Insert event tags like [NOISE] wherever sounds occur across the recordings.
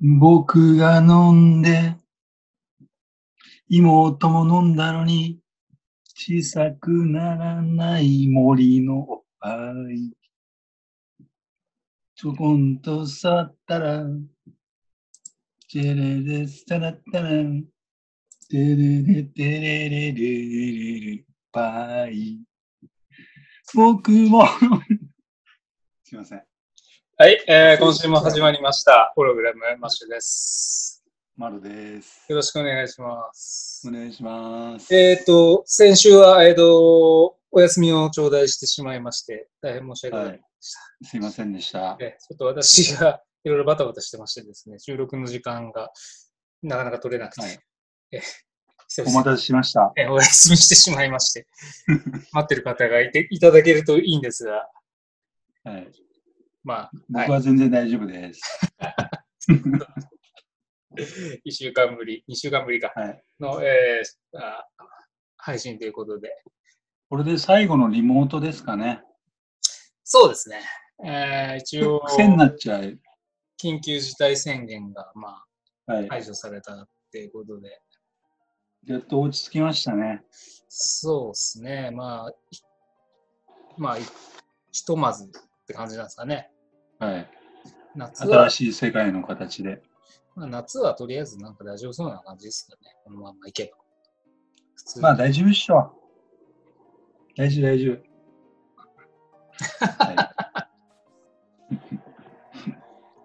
僕が飲んで、妹も飲んだのに、小さくならない森のおっぱい。ちょこんと触ったら、チェレレスタラッタラン、テレレテレレレレレパイ。僕も、すいません。はい、えー今週も始まりました。ホログラムマッシュです。マロです。よろしくお願いしますお。願いします。えっ、と、先週は、えっ、と、お休みを頂戴してしまいまして、大変申し訳ない。はいすいませんでした。えーちょっと私がいろいろバタバタしてましてですね、収録の時間がなかなか取れなくて、はいえー久お々待にたせしました。えーお休みしてしまいまして、待ってる方がいていただけるといいんですが、はい、まあ、僕は全然大丈夫です。 1週間ぶり、2週間ぶりか、はい、の、えーあ配信ということで、これで最後のリモートですかね。そうですね。えー一応、癖になっちゃう。緊急事態宣言が、まはいあ、解除されたっていうことで、やっと落ち着きましたね。そうですね。まあ、いまあ、いひとまずって感じなんですかね。はい、夏は新、しい世界の形で。まあ、夏はとりあえずなんか大丈夫そうな感じですかね。このまんまいけば。普通にまあ大丈夫っしょ。大丈夫、大丈 [LAUGHS] 夫。はい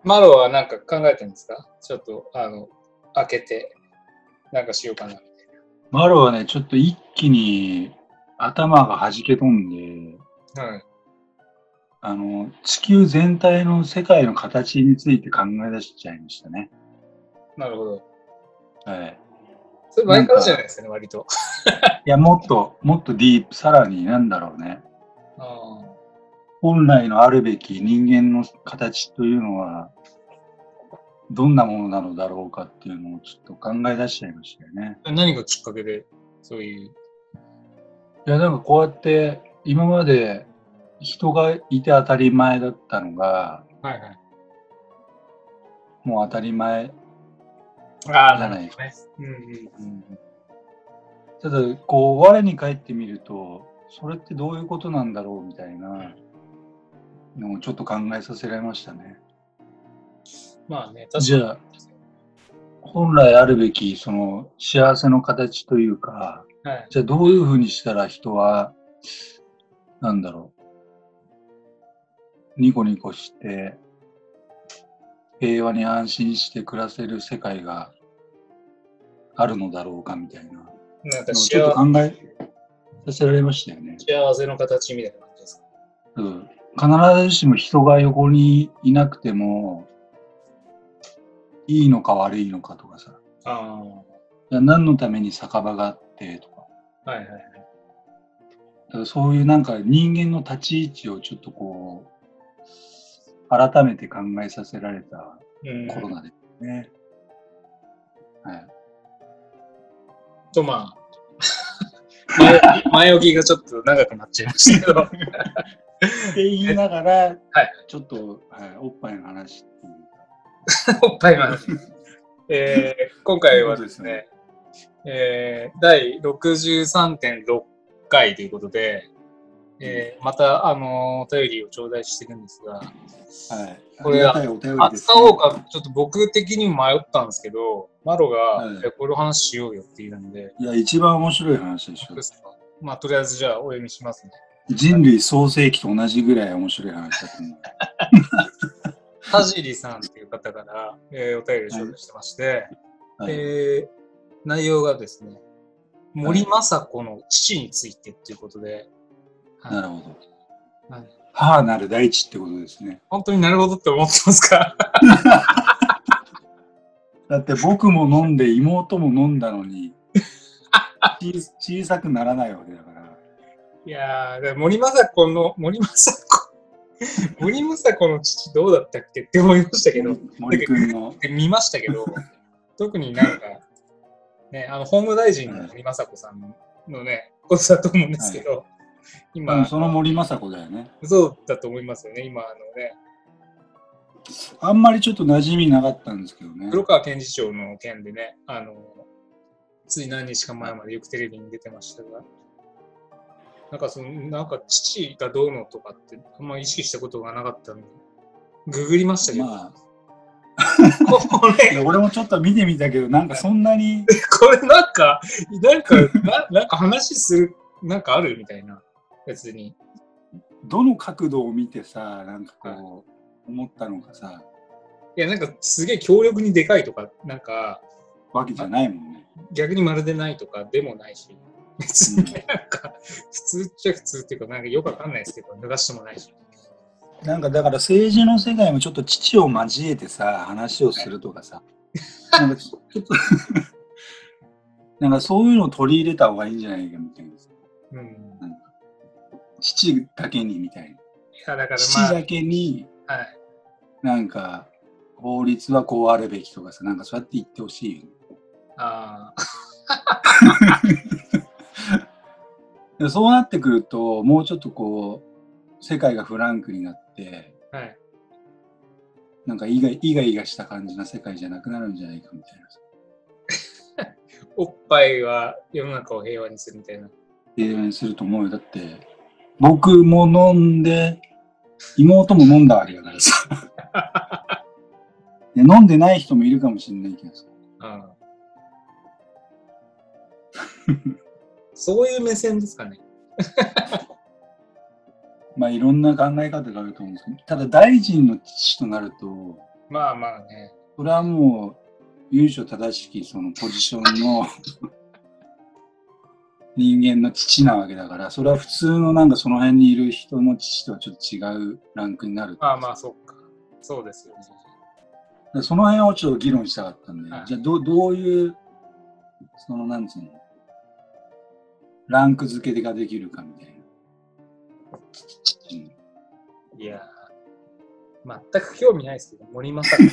マロはなんか考えてるんですかちょっと、あの、開けて、なんかしようかな。マロはね、ちょっと一気に頭が弾け飛んで、はい。あの、地球全体の世界の形について考え出しちゃいましたね。なるほど。はい。それ前からじゃないですかね、割と。いや、もっと、もっとディープ、さらになんだろうね。あ本来のあるべき人間の形というのは、どんなものなのだろうかっていうのをちょっと考え出しちゃいましたよね。ー何がきっかけで、そういう。いや、なんかこうやって、今まで人がいて当たり前だったのが、はいはい。もう当たり前。ああ、じなゃないるでほすどね。うんうん。ただ、こう、我に返ってみると、それってどういうことなんだろうみたいなのをちょっと考えさせられましたね。まあね、確かに。じゃあ本来あるべき、その、幸せの形というか、はい、じゃあどういうふうにしたら人は、なんだろう、ニコニコして、平和に安心して暮らせる世界があるのだろうかみたいな、なんかちょっと幸考えさせられましたよね。幸せの形みたいな感じですか。うん必ずしも人が横にいなくても、いいのか悪いのかとかさ、ああ、はじゃあ何のために酒場があってとか、いはい。だからそういうなんか人間の立ち位置をちょっとこう改めて考えさせられたうん、コロナですね。はい、とまあ前 [LAUGHS] 置き、前置きがちょっと長くなっちゃいましたけど。って言いながら、はいちょっと、はい、おっぱいの話っていうおっぱいまで。えー今回はですね、えー第63.6回ということで、えーまた、あのお便りを頂戴してるんですか、が、はい、これはありがたいお便りです、扱おうか、ちょっと僕的に迷ったんですけど、マロが、はいいやこれ話しようよって言うんで、いや、一番面白い話でしょどうで。すかまあ、とりあえずじゃあお読みしますね。人類創世記と同じぐらい面白い話だと思う。田尻さんっていう方から、えーお便りを紹介してまして、はいえー内容がですね、森政子の父についてということで、はいなるほど。はい母なる大地ってことですね。本当になるほどって思ってます [LAUGHS] かだって僕も飲んで妹も飲んだの [LAUGHS] に小小さくならないわけだからいやー、で森政子の、森政子、 [LAUGHS] 森政子の父どうだったっけって思いましたけど、森森君ので見ましたけど、特になんか、ね、あの法務大臣の森雅子さんのね、ことだと思うんですけど、今、うんその森雅子だよねそうだと思いますよね、今、あのね、あんまりちょっと馴染みなかったんですけどね。黒川検事長の件でね、あの、つい何日か前までよくテレビに出てましたが、なんかその、なんか父がどうのとかって、あんま意識したことがなかったんで、ググりましたけど、 [LAUGHS] まこあ、いれ、や俺もちょっと見てみたけど、なんかそんなに、これなんか、なんか、ななんか話する、なんかあるみたいな、別に。どの角度を見てさ、なんかこう、思ったのかさ、いや、なんかすげえ強力にでかいとか、なんかわけじゃないもんね。逆にまるでないとかでもないし、別になんか普通っちゃ普通っていうか、なんかよくわかんないですけど、脱がしてもないし。なんかだから政治の世界もちょっと父を交えてさ、話をするとかさ、なんかちょっと、 [LAUGHS] なんかそういうのを取り入れた方がいいんじゃないかみたいな。うん。い父だけにみたいな。や、だから父まあ、だけに、はい。なんか法律はこうあるべきとかさ、なんかそうやって言ってほしいよね。あでそうなってくると、もうちょっとこう、世界がフランクになって、あ、はい。なんかイガイガイガした感じな世界じゃなくなるんじゃないかみたいな。おっぱいは世の中を平和にするみたいな。映画にすると思うよ。だって、僕も飲んで、妹も飲んだわけだからさ。 [LAUGHS] で飲んでない人もいるかもしれないけどさ。[LAUGHS] ああそういう目線ですかね。まあいろんな考え方があると思うんですけど、ただ大臣の父となると、まあまあね。それはもう、優勝正しきそのポジションの [LAUGHS] 人間の父なわけだから、それは普通のなんかその辺にいる人の父とはちょっと違うランクになる。まあまあ、そっか。そうですよね。でその辺をちょっと議論したかったんで、はいじゃあどうどういう、そのなんつうの、ランク付けができるかみたいな。いやー、全く興味ないですけど、森正君。うん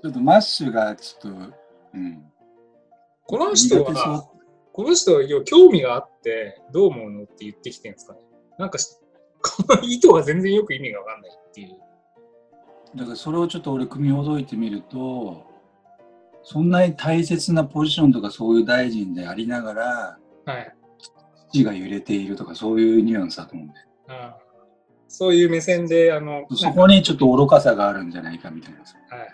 ちょっとマッシュがちょっと、うん、この人苦手は、そこの人は要は興味があって、どう思うのって言ってきてるんですかね。なんかし、 [LAUGHS] この意図が全然よく意味がわかんないっていう。うだからそれをちょっと俺組みほどいてみると、そんなに大切なポジションとかそういう大臣でありながら、はい。土が揺れているとかそういうニュアンスだと思うんで、あーそういう目線で、あの、そこにちょっと愚かさがあるんじゃないかみたいなさ。はい、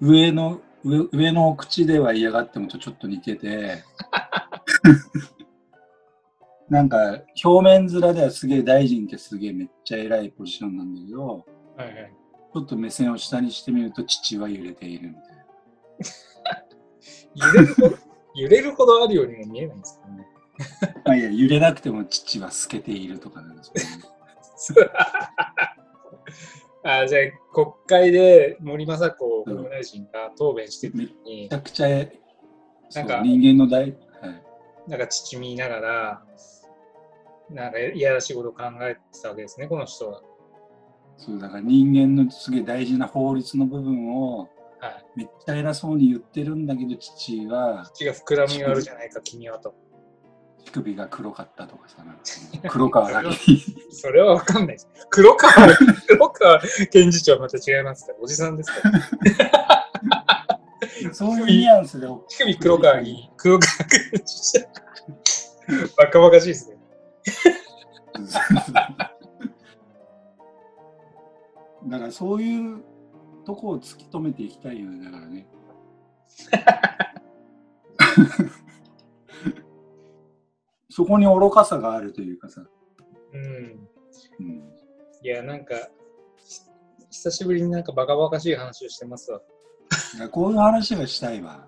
上の上上の口では嫌がってもとちょっと似てて [LAUGHS] なんか表面面ではすげえ大臣ってすげえめっちゃ偉いポジションなんだけどはいはい。ちょっと目線を下にしてみると父は揺れているみたいな揺れるほど、揺れるほどあるようにも見えないんですけどね。まあいや揺れなくても父は透けているとかなんかそういう [LAUGHS] あじゃあ、国会で森雅子法務大臣が答弁してた時にめち、ゃくちゃそうなんか人間の大、はい、なんか父見ながら、なんかいやらしいことを考えてたわけですね、この人は。そうだから人間のすげえ大事な法律の部分をはい、めっちゃ偉そうに言ってるんだけど父は口が膨らみがあるじゃないか、君はと。乳首が黒かったとかさ、なんかそ [LAUGHS] の黒川だけにそれはわかんないです。黒川、黒川検事長はまた違いますから、おじさんですから。そういうニュアンスで、乳首黒川に、黒川検事長。バカバカしいですね。だからそういうとこを突き止めていきたいよね、だからね。そこに愚かさがあるというかさ、うん。うん、いや、なんか、ひ久しぶりになんかバカバカしい話をしてますわ。いやこういう話がしたいわ、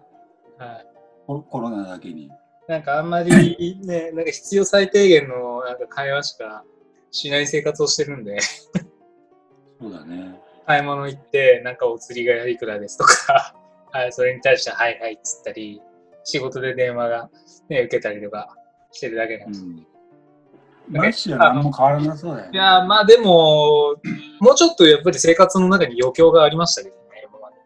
はい。ココロナだけに。なんかあんまりね、なんか必要最低限のなんか会話しかしない生活をしてるんで、そうだね。買い物行って、なんかお釣りがいくらですとか、 [LAUGHS] はい、それに対してはいはいっつったり、仕事で電話が、ね、受けたりとかしてるだけなんうです。ん、マッシュは何も変わらなそうだよいね。やー、まあでも、もうちょっとやっぱり生活の中に余興がありましたけどね、今まで。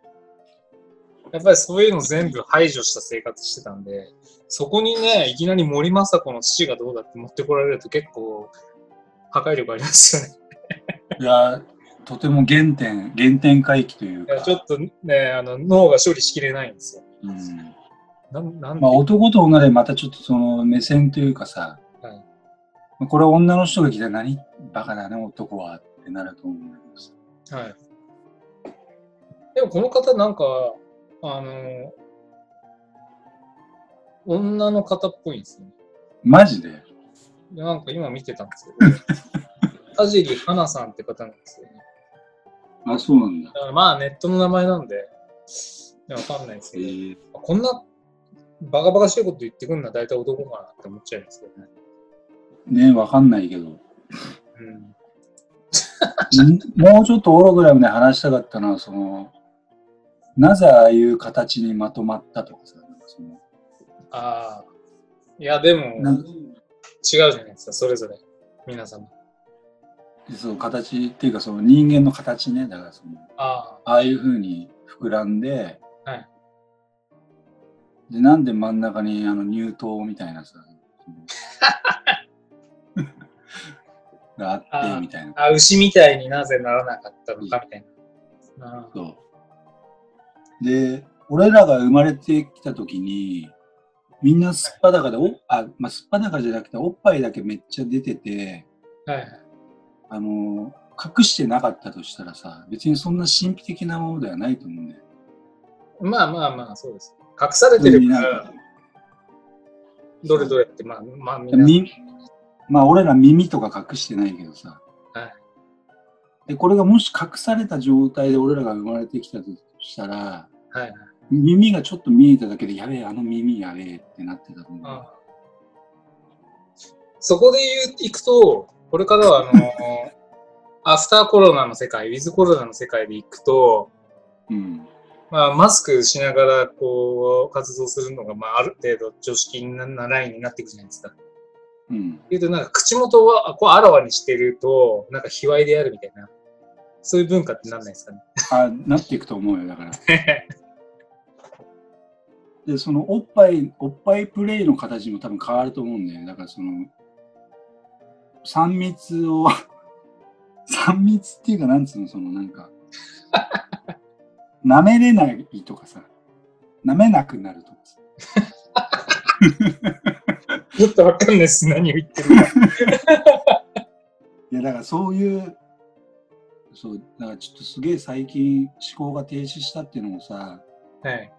やっぱりそういうの全部排除した生活してたんで、そこにね、いきなり森政子の父がどうだって持ってこられると結構破壊力ありますよね。いや、とても原点、原点回帰といういやかち、ょっとね、あの脳が処理しきれないんですよ。うんなんなんまあ、て男と女でまたちょっとその目線というかさ、はいこれ女の人が来て何バカだね、男はってなると思うんだけどさ。はい。でもこの方なんか、あの、女の方っぽいんですよね。マジででなんか今見てたんですけ [LAUGHS] ど、田尻花さんって方なんですよね。あ、そうなんだ。だからまあネットの名前なんで、わかんないですえけーど、こんなバカバカしいこと言ってくんのは大体男かなって思っちゃいますけどね。ねわかんないけど。 [LAUGHS] んうん。もうちょっとオログラムで話したかったのは、その、なぜああいう形にまとまったとかさ、なんかそのああ。いや、でも、なん違うじゃないですか、それぞれ。皆様。その形っていうかその人間の形ね、だからその、あああいうふうに膨らんで、はいでなんで真ん中にあの乳頭みたいなさ [LAUGHS] があってみたいなあ。あ、牛みたいになぜならなかったのかみたいな。あそうで俺らが生まれてきた時にみんなすっぱだかでおあ、まあ、すっぱだかじゃなくておっぱいだけめっちゃ出ててあはいはい。あの隠してなかったとしたらさ別にそんな神秘的なものではないと思うんだよまあまあまあ、そうです。隠されてるから、どれどれって、まあまあ、みんな。みまあ俺ら耳とか隠してないけどさ、はでこれがもし隠された状態で俺らが生まれてきたとしたらはいはい。耳がちょっと見えただけでやべえあの耳やべえってなってたと思う、ああそこで言ういくと、これからはあの [LAUGHS] アフターコロナの世界、ウィズコロナの世界でいくと、うんまあ、マスクしながらこう活動するのが、まあ、ある程度常識なラインになっていくじゃないですか。うん、言うと、なんか口元はこうあらわにしてると、なんか卑猥であるみたいな、そういう文化ってなんないですかね。あなっていくと思うよだからでそのおっぱいおっぱいプレイの形も多分変わると思うんだよねだからその3密を [LAUGHS] 3密っていうかなんつうのそのなんか舐めれないとかさ舐めなくなるとかさちょっとわかんないです、何を言ってるか。いやだからそういうそうだからちょっとすげえ最近思考が停止したっていうのもさはい。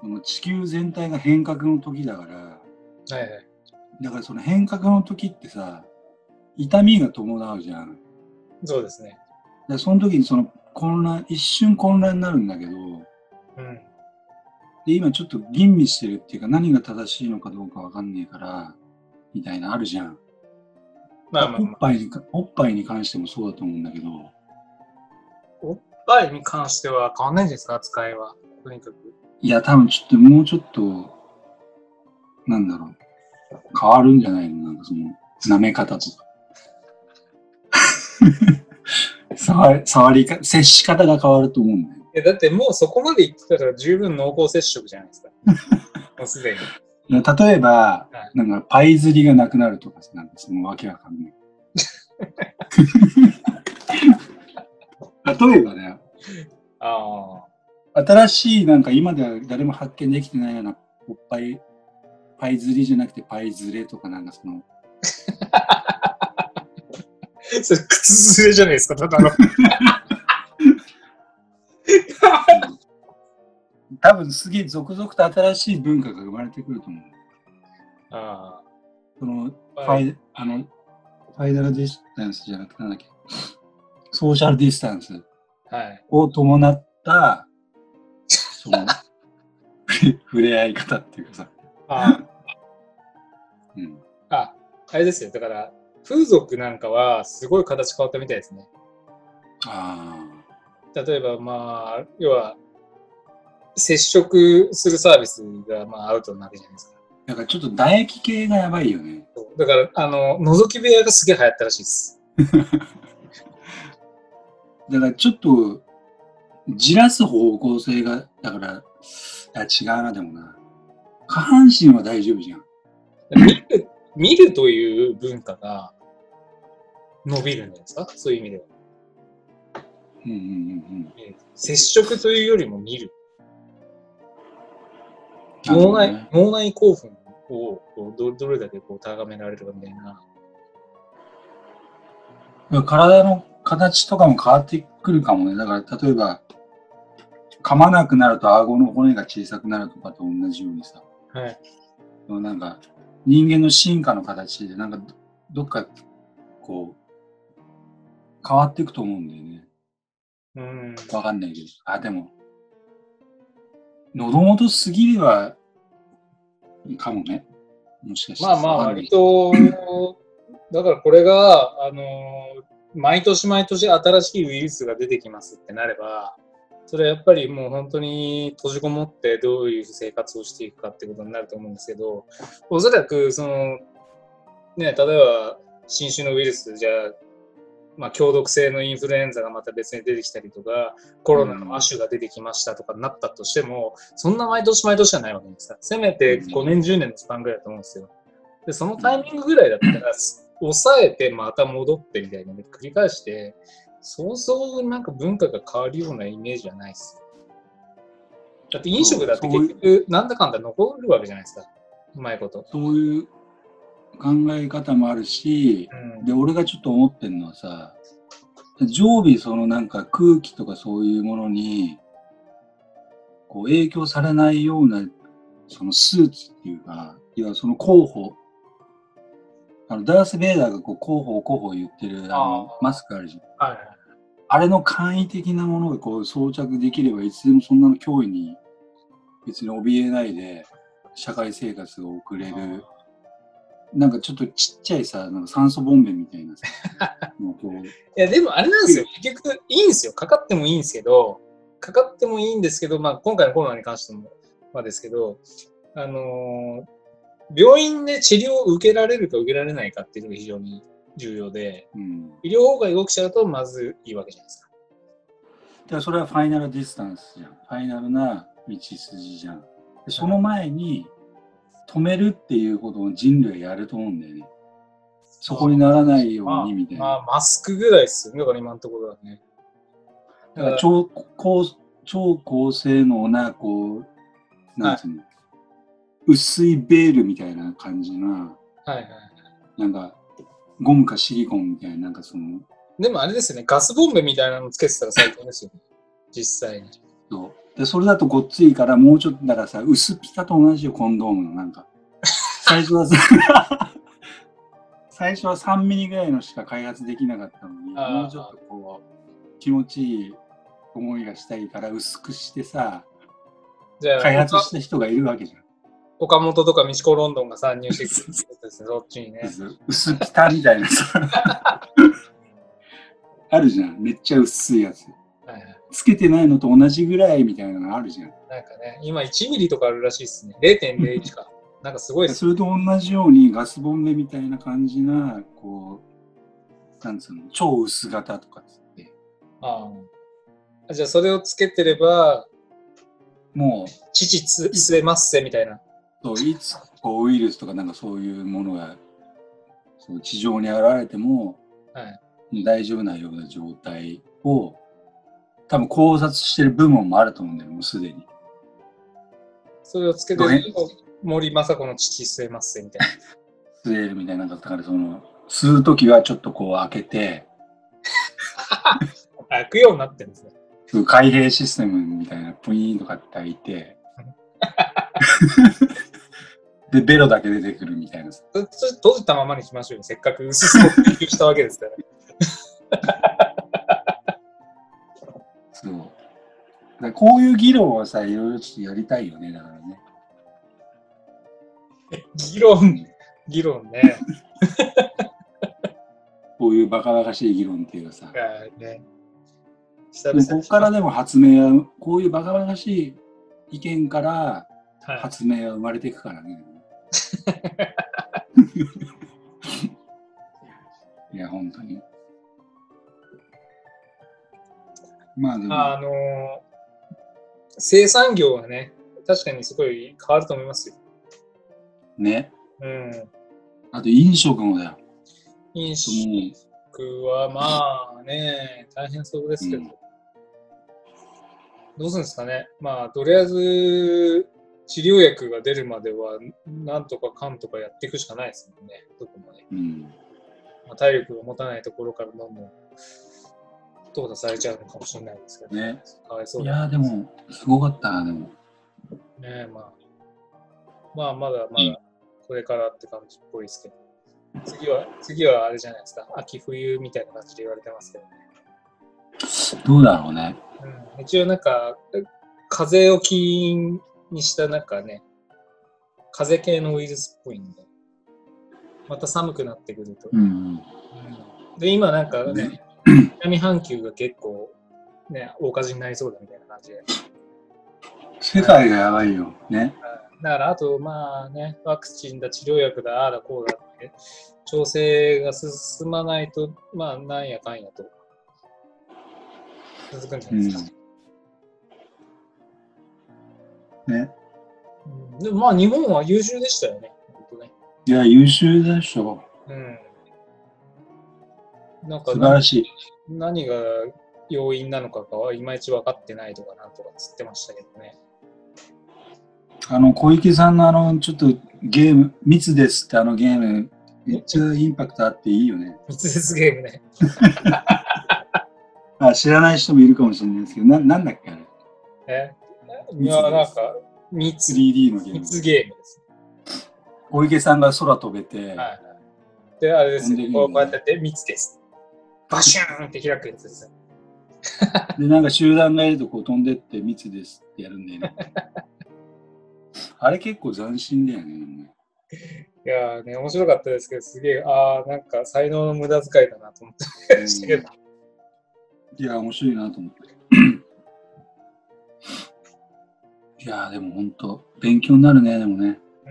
この地球全体が変革の時だからはいはい。だからその変革の時ってさ痛みが伴うじゃんだかそうですね。らその時にその混乱一瞬混乱になるんだけどうん。で今ちょっと吟味してるっていうか何が正しいのかどうかわかんねえからみたいなあるじゃん、まあまあおまっあ。ぱいにかおっぱいに関してもそうだと思うんだけどおっぱいに関しては変わんないんじゃないですか、扱いは。とにかく。いや多分ちょっともうちょっとなんだろう変わるんじゃないのなんかその舐め方とか [LAUGHS] 触り触りか接し方が変わると思うんだよえだってもうそこまで行ってたら十分濃厚接触じゃないですか。もうすでに。例えばは、なんかパイ釣りがなくなるとかさ、なんかそのわけわかんない。例えばね、あ新しいなんか今では誰も発見できてないようなおっぱい、パイ釣りじゃなくてパイズレとかなんかその、あ。それ、靴ずれじゃないですか、ただの。多分すげえ続々と新しい文化が生まれてくると思う。あその、あ。ファイ、あの、ファイナルディスタンスじゃなくてなんだっけ、ソーシャルディスタンス。はい。を伴った、その、 [LAUGHS] 触れ合い方っていうかさ、あうん、あ。あ、あれですよ。だから、風俗なんかはすごい形変わったみたいですね。あ例えば、まあ、要は、接触するサービスが、まあ、アウトになるじゃないですか。ーだからちょっと唾液系がやばいよね。そうだから、あの、覗き部屋がすげえ流行ったらしいです。だからちょっと、じらす方向性が、だから、あ違うな、でもな。下半身は大丈夫じゃん。見る、見るという文化が伸びるんじゃないですかそういう意味では。うんうんえー接触というよりも見る。うんうん。脳内、なる脳内興奮をこうどどれだけこう高められるかみたいな。ほどね体の形とかも変わってくるかもね。だから、例えば、噛まなくなると顎の骨が小さくなるとかと同じようにさ、はい。そのなんか、人間の進化の形で、なんかど、どっか、こう、変わっていくと思うんだよね。うん。わかんないけど。あ、でも、喉元すぎれば、かもね。もしかして。まあまあ、わかんない割と、だからこれが、あのー毎年毎年新しいウイルスが出てきますってなれば、それはやっぱりもう本当に閉じこもってどういう生活をしていくかってことになると思うんですけど、おそらく、その、ね、例えば新種のウイルスじゃ、まあ、強毒性のインフルエンザがまた別に出てきたりとか、コロナの亜種が出てきましたとかなったとしても、そんな毎年毎年じゃないわけですから、せめて5年、10年のスパンぐらいだと思うんですよ。で、そのタイミングぐらいだったら、抑えてまた戻ってみたいなので繰り返して、そうそうなんか文化が変わるようなイメージはないです。だって飲食だって結局、なんだかんだ残るわけじゃないですか。うまいこと。そういう考え方もあるし、うんで、俺がちょっと思ってるのはさ、常備そのなんか空気とかそういうものに、こう影響されないような、そのスーツっていうか、いわゆるその候補、あの、ダース・ベイダーがこう、候補、候補言ってる、あのあー、マスクあるじゃん。はいはいあれの簡易的なものがこう装着できれば、いつでもそんなの脅威に別に怯えないで社会生活を送れる、なんかちょっとちっちゃいさ、なんか酸素ボンベみたいなさ、もうこういや、でもあれなんですよ。結局、いいんですよ。かかってもいいんですけど、かかってもいいんですけど、まあ、今回のコロナに関しても、まあですけど、あのー病院で治療を受けられるか受けられないかっていうのが非常に重要で、うん。医療崩壊が起きちゃうとまずいわけじゃないですか。だからそれはファイナルディスタンスじゃん。ファイナルな道筋じゃん。でその前に止めるっていうことを人類はやると思うんだよね。そこにならないようにみたいな。まあ、マスクぐらいですよね。だから今のところはね。だから超高超高性能な、こう、なんていうの、薄いベールみたいな感じな、はいはい。なんか、ゴムかシリコンみたいな、なんかその、でもあれですよね。ガスボンベみたいなのつけてたら最高ですよね。実際に。そうでそれだとごっついから、もうちょっと、だからさ、薄ピタと同じよ、コンドームの、なんか。最初はさ、最初は3ミリぐらいのしか開発できなかったのに、あーもうちょっとこう、気持ちいい思いがしたいから、薄くしてさ、じゃあ、開発した人がいるわけじゃん。岡本とかミチコロンドンが参入してくるってことですね。そっちにね。薄ピタみたいな [LAUGHS] さあるじゃんめっちゃ薄いやつはいはいつけてないのと同じぐらいみたいなのあるじゃんなんかね、今1ミリとかあるらしいですね。0.01か。なんかすごいです。それと同じようにガスボンベみたいな感じなこうなんつうの超薄型とかっつってああじゃあそれをつけてれば、もう父つ据えますせみたいな。そういつこうウイルスとかなんかそういうものがそう地上に現れてもはい。大丈夫なような状態を多分考察してる部門もあると思うんだよもうすでにそれをつけてどれ森雅子の父据えますせみたい吸えるみたいな、なんかだからその、吸うときはちょっとこう開けて、な。あ、行くようになってるんですね。開閉システムみたいな、プイーンとかって開い [LAUGHS] て、で、ベロだけ出てくるみたいなさ。そそれ閉じたままにしましょうよ。せっかく薄さを研究したわけですから。そう。だからこういう議論をさ、いろいろちょっとやりたいよね、だからね。議論、議論ね。こういうバカバカしい議論っていうかさ。はいね久でもここからでも発明は、こういうバカバカしい意見からはい発明は生まれていくから [LAUGHS] ね。いや、本当に。まあでも、あのー生産業はね、確かにすごい変わると思いますよ。ね。うん。あと飲食もだよ。飲も食はまあね、大変そうですけど、うんどうするんですかね。まあ、とりあえず、治療薬が出るまでは、なんとかかんとかやっていくしかないですもんね。どこもね。うん。まあ、体力が持たないところからどんどん、淘汰されちゃうのかもしれないですけどね。かわいそういだやーでも、すごかったな、でも。ね。まあ、まあ、まだまうんだ、これからって感じっぽいですけど。次は、次はあれじゃないですか。秋冬みたいな感じで言われてますけどね。どうだろうね。うん、一応なんか、風邪を起因にしたなんかね、風邪系のウイルスっぽいんで、また寒くなってくると。うんうんで、今なんかうん。ね、ね。南半球が結構、ね、大火事になりそうだみたいな感じで。世界がやばいよ。ね。だから、あと、まあね、ワクチンだ、治療薬だ、ああだ、こうだって、調整が進まないと、まあ、なんやかんやと、続くんじゃうないん。ですか。ね。うんでもまあ、日本は優秀でしたよね、本当ね。いや、優秀でしょ。うんなんか素晴らしい。何が要因なのかがいまいち分かってないとかなんとかつってましたけどね。 [LAUGHS] あの、小池さんのあの、ちょっとゲーム、密ですってあのゲーム、めっちゃインパクトあっていいよね。密接ゲームね。あ知らない人もいるかもしれないですけど、ななんだっけあれえい密や、なんか密、 ?3D のゲーム。密ゲームです。小池さんが空飛べて、はいはい。で、あれです飛んでね、るこようねやってやって密です。バシューンって開くやつです。で、なんか集団がいるとこう飛んでって密ですってやるんだよね。あれ結構斬新だよね。でもねいやーね、面白かったですけど、すげえ、ああ、なんか才能の無駄遣いだなと思ってましたけど。いや、面白いなと思って。いや、でも本当、勉強になるね、でもね。うん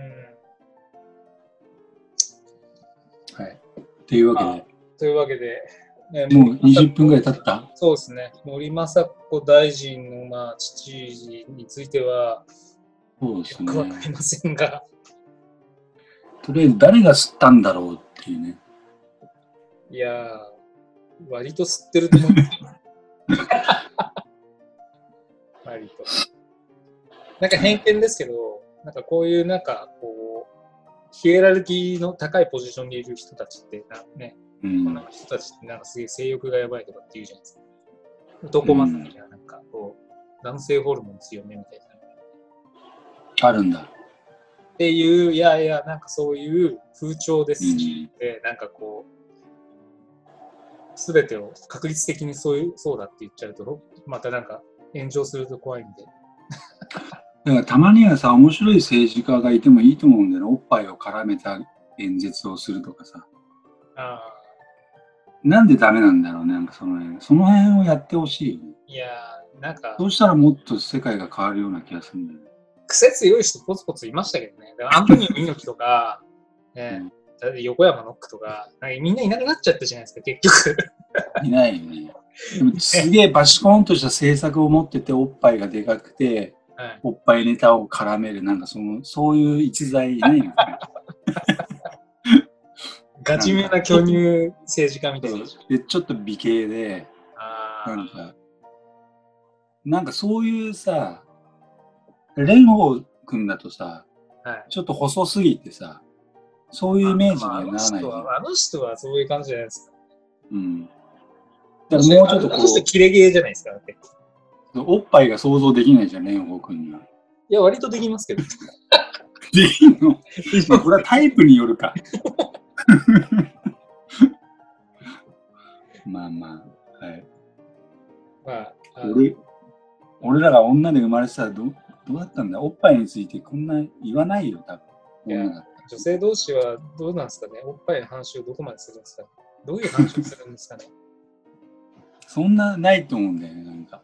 はい。というわけというわけで、ねで、もう20分ぐらい経ったそうですね、森政子大臣の、まあ、父については、そうですよくわかね。りませんが、とりあえず誰が吸ったんだろうっていうね。いやー、割と吸ってると思う。割と。なんか偏見ですけど、なんかこういう、なんかこう、ヒエラルキーの高いポジションにいる人たちってな、ね、うこん。の人たちってなんかすげえ性欲がやばいとかって言うじゃないですか。男勝りな、なんかこう、男性ホルモン強めみたいな。あるんだ。っていう、いやいや、なんかそういう風潮ですし、でなんかこう、すべてを確率的にそういうそうだって言っちゃうと、またなんか炎上すると怖いんで、だからたまにはさ、面白い政治家がいてもいいと思うんだよね。おっぱいを絡めた演説をするとかさ。あなんでダメなんだろうね。なんかその辺。その辺をやってほしいよね。ーいやー、なんかそうしたらもっと世界が変わるような気がするんだよね。癖強い人ポツポツいましたけどね、だからアントニオ猪木とか、ねうんだって横山ノックとか、なんかみんないなくなっちゃったじゃないですか、結局。 [LAUGHS] いないよね。でもすげえバシコンとした政策を持ってて、おっぱいがでかくて、はい、おっぱいネタを絡める、なんかその、そういう逸材いない [LAUGHS] よね。ガチめな巨乳政治家みたいな。で、ちょっと美形で、あなんーか、なんかそういうさ、蓮舫君だとさ、はいちょっと細すぎてさ、そういうイメージにはならないじゃあの人ん。はあの人はそういう感じじゃないですか。うん。だからもうちょっとあの人こキレゲーじゃないですか。だってう、おっぱいが想像できないじゃん、蓮舫君には。いや、割とできますけど。できんのまあこれはタイプによるか。 [LAUGHS] まあまあ、はい。 [LAUGHS] まあ、あの俺俺らが女で生まれてたらどうどうだったんだおっぱいについてこんな言わないよ、多分。女だったら女性同士はどうなんですかねおっぱいの話をどこまでするんですかねどういう話をするんですかねそんなないと思うんだよね、なんか。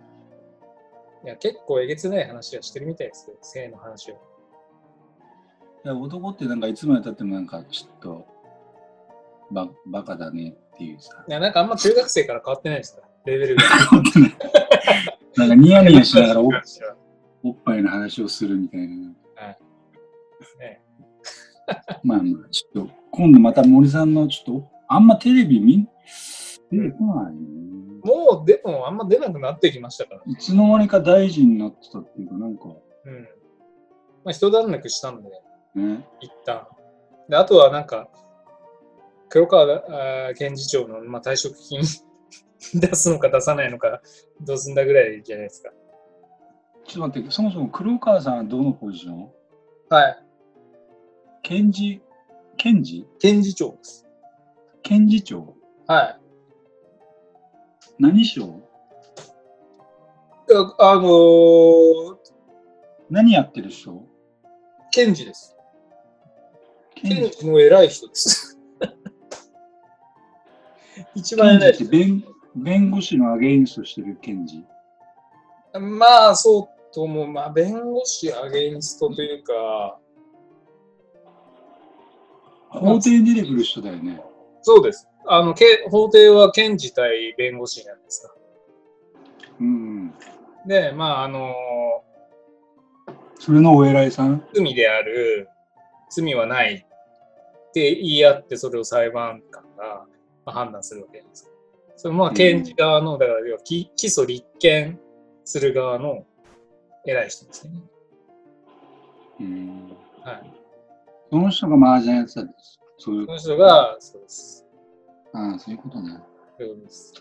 いや、結構えげつない話はしてるみたいですよ。性の話を。いや男ってなんかいつまでたってもなんかちょっとババカだねっていうさ。 [LAUGHS] いや、なんかあんま中学生から変わってないですから。レベルが。なんかニヤニヤしなが [LAUGHS] らお話はおっぱいの話をするみたいな。 [LAUGHS] ねまあまあ、ちょっと今度また森さんのちょっとあんまテレビ見出てこないね。もうでもあんま出なくなってきましたからね。いつの間にか大臣になってたっていうか、なんか、うん。まあ、一段落したんで、ね。一旦。で、あとはなんか、黒川あー検事長の、まあ、退職金 [LAUGHS] 出すのか出さないのか、どうすんだぐらいじゃないですか。ちょっと待って、そもそも黒川さんはどのポジションはい。検事、検事検事長です。検事長はい。何省ああのー、何やってる省検事です。検検事事の偉い人 [LAUGHS] です。一番検偉い事人って弁弁護士のアゲインストしてる検事。まあ、そうとも、まあ、弁護士アゲインストというか、法廷に出てくる人だよね。そうです。あの、け法廷は検事対弁護士なんですか。うん。で、まあ、あのそれのお偉いさん罪である、罪はないって言い合って、それを裁判官がまあ判断するわけです。それまあ、検事側の、だから、要は起起訴立件する側の偉い人ですね。うん。はい。その人が麻雀やってたんです。そういうこの人が、そうです。ああ、そういうことね。そういうことです。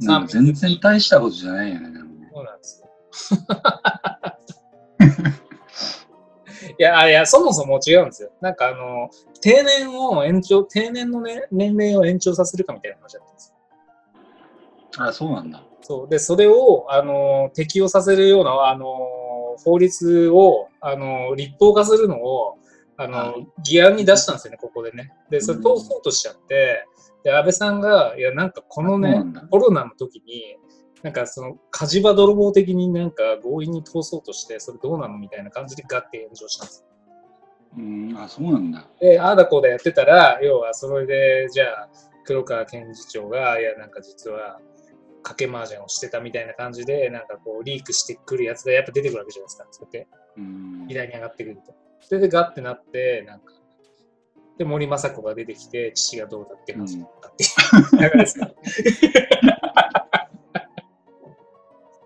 なんか全然大したことじゃないよね。でもねそうなんです [LAUGHS] よ。いや、あいや、そもそも違うんですよ。なんかあの、定年を延長、定年の、ね、年齢を延長させるかみたいな話だったんですよ。ああ、そうなんだ。そう。で、それを、あの、適用させるような、あの、法律を、あの、立法化するのを、あの、は議案に出したんですよね、ここでね。で、それうん通そうとしちゃって、で、安倍さんが、いや、なんかこのそうなねんだ、コロナの時に、なんかその火事場泥棒的になんか強引に通そうとして、それどうなのみたいな感じでガッて炎上したんですよ。うん、ああ、そうなんだ。で、ああだこうだやってたら、要はそれで、じゃあ、黒川検事長が、いや、なんか実は、賭け麻雀をしてたみたいな感じで、なんかこう、リークしてくるやつがやっぱ出てくるわけじゃないですか。そうやって、うん議。題に上がってくると。それでガッてなって、なんか、で、森雅子が出てきて、父がどうだって話になったっていう流れですよ。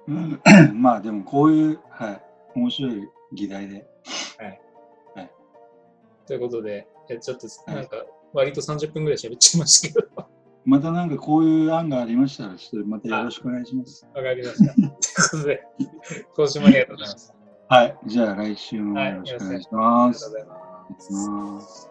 うん、 [CLEARS THROAT] まあでもこういう、はい、面白い議題で。 [LAUGHS] ということで、えちょっとはいなんか、割と30分ぐらい喋っちゃいましたけど、わまたなんかこういう案がありましたら、ちょっとまたよろしくお願いします。かりました。ということで、今週もありがとうございました。はい、じゃあ来週もはいよろしくお願いしあまりがとうすご。ざいます。ます